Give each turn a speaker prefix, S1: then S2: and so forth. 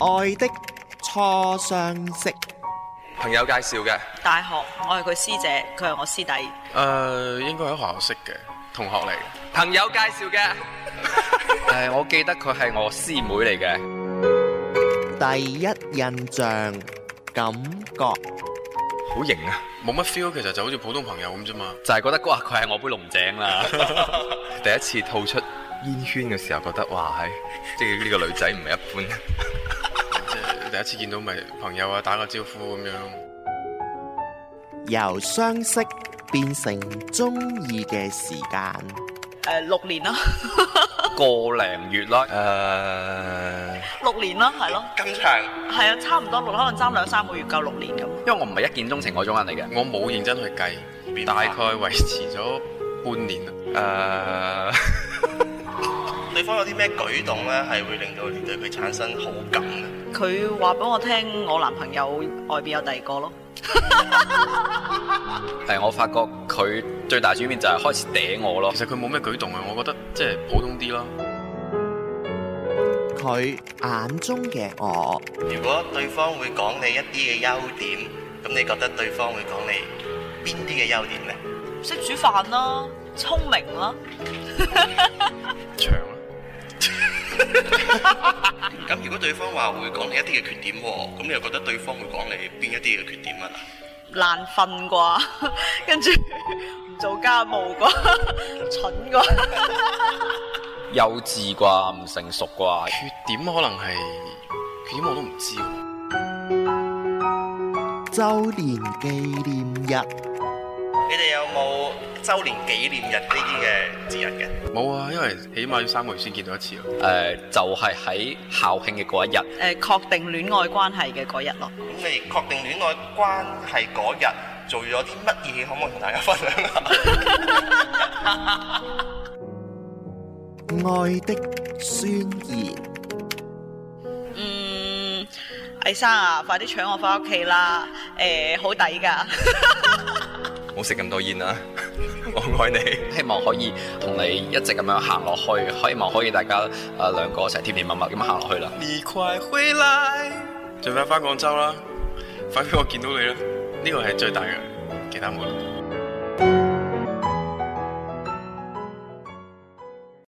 S1: 愛的初相識》。
S2: 朋友介紹嘅，誒、
S3: 大學我係佢師姐，佢係我師弟。
S4: 誒，呃應該喺學校識嘅，同學嚟嘅。
S2: 朋友介紹嘅， 誒，我記得佢係我師妹嚟嘅。
S1: 第一印象感覺，
S2: 好型啊！
S4: 冇乜 feel，其實就好似普通朋友咁啫嘛。
S2: 就係覺得哇，佢係我杯龍井啦。 第一次吐出煙圈嘅時候，覺得哇係，即係呢個女仔唔係一般。
S4: 即係第一次見到咪朋友啊，打個招呼咁樣。
S1: 由相識變成中意嘅時間，
S3: 誒、六年啦，
S2: 個零月啦，誒、
S3: 六年啦，係咯，
S2: 咁長，
S3: 係啊，差唔多六，可能爭兩三個月夠六年咁。
S2: 因為我唔係一見鍾情嗰種人嚟嘅。
S4: 我冇認真去計，大概維持咗半年啦。
S2: 誒、
S5: 對方有啲咩舉動咧，係會令到你對佢產生好感嘅？
S3: 佢話俾我聽，我男朋友外邊有第二個咯。
S2: 誒，我發覺佢最大轉變就係開始嗲我咯
S4: 其。實佢冇咩舉動啊，我覺得即係普通啲咯。
S1: 佢眼中嘅我，
S5: 如果對方會講你一啲嘅優點，咁你覺得對方會講你邊啲嘅優點呢？
S3: 識煮飯啦，聰明啦，
S4: 長啦，
S5: 咁如果對方話會講你一啲嘅缺點喎，咁你又覺得對方會講你邊一啲嘅缺點啊？
S3: 難瞓啩， 跟住唔做家務啩， 蠢啩，
S2: 幼稚啩，唔成熟啩。
S4: 缺點可能係缺點我都唔知喎。
S1: 周年紀念日，
S5: 你哋有冇周年紀念日呢啲嘅節日嘅？
S4: 冇啊，因為起碼要三個月先見到一次咯。
S2: 誒、就係喺校慶嘅嗰一日，
S3: 誒、確定戀愛關係嘅嗰日咯。
S5: 咁你確定戀愛關係嗰日做咗啲乜嘢？可唔可以同大家分享啊下？
S1: 愛的宣言，
S3: 嗯，魏生啊，快啲搶我翻屋企啦！誒、好抵㗎，
S2: 唔好食咁多煙啦。我愛你，希望可以同你一直咁樣行落去，希望可以大家誒、兩個一齊甜甜蜜蜜咁行落去啦。
S4: 你快回來，最快翻廣州啦！快俾我見到你啦！呢個係最大嘅，其他冇啦。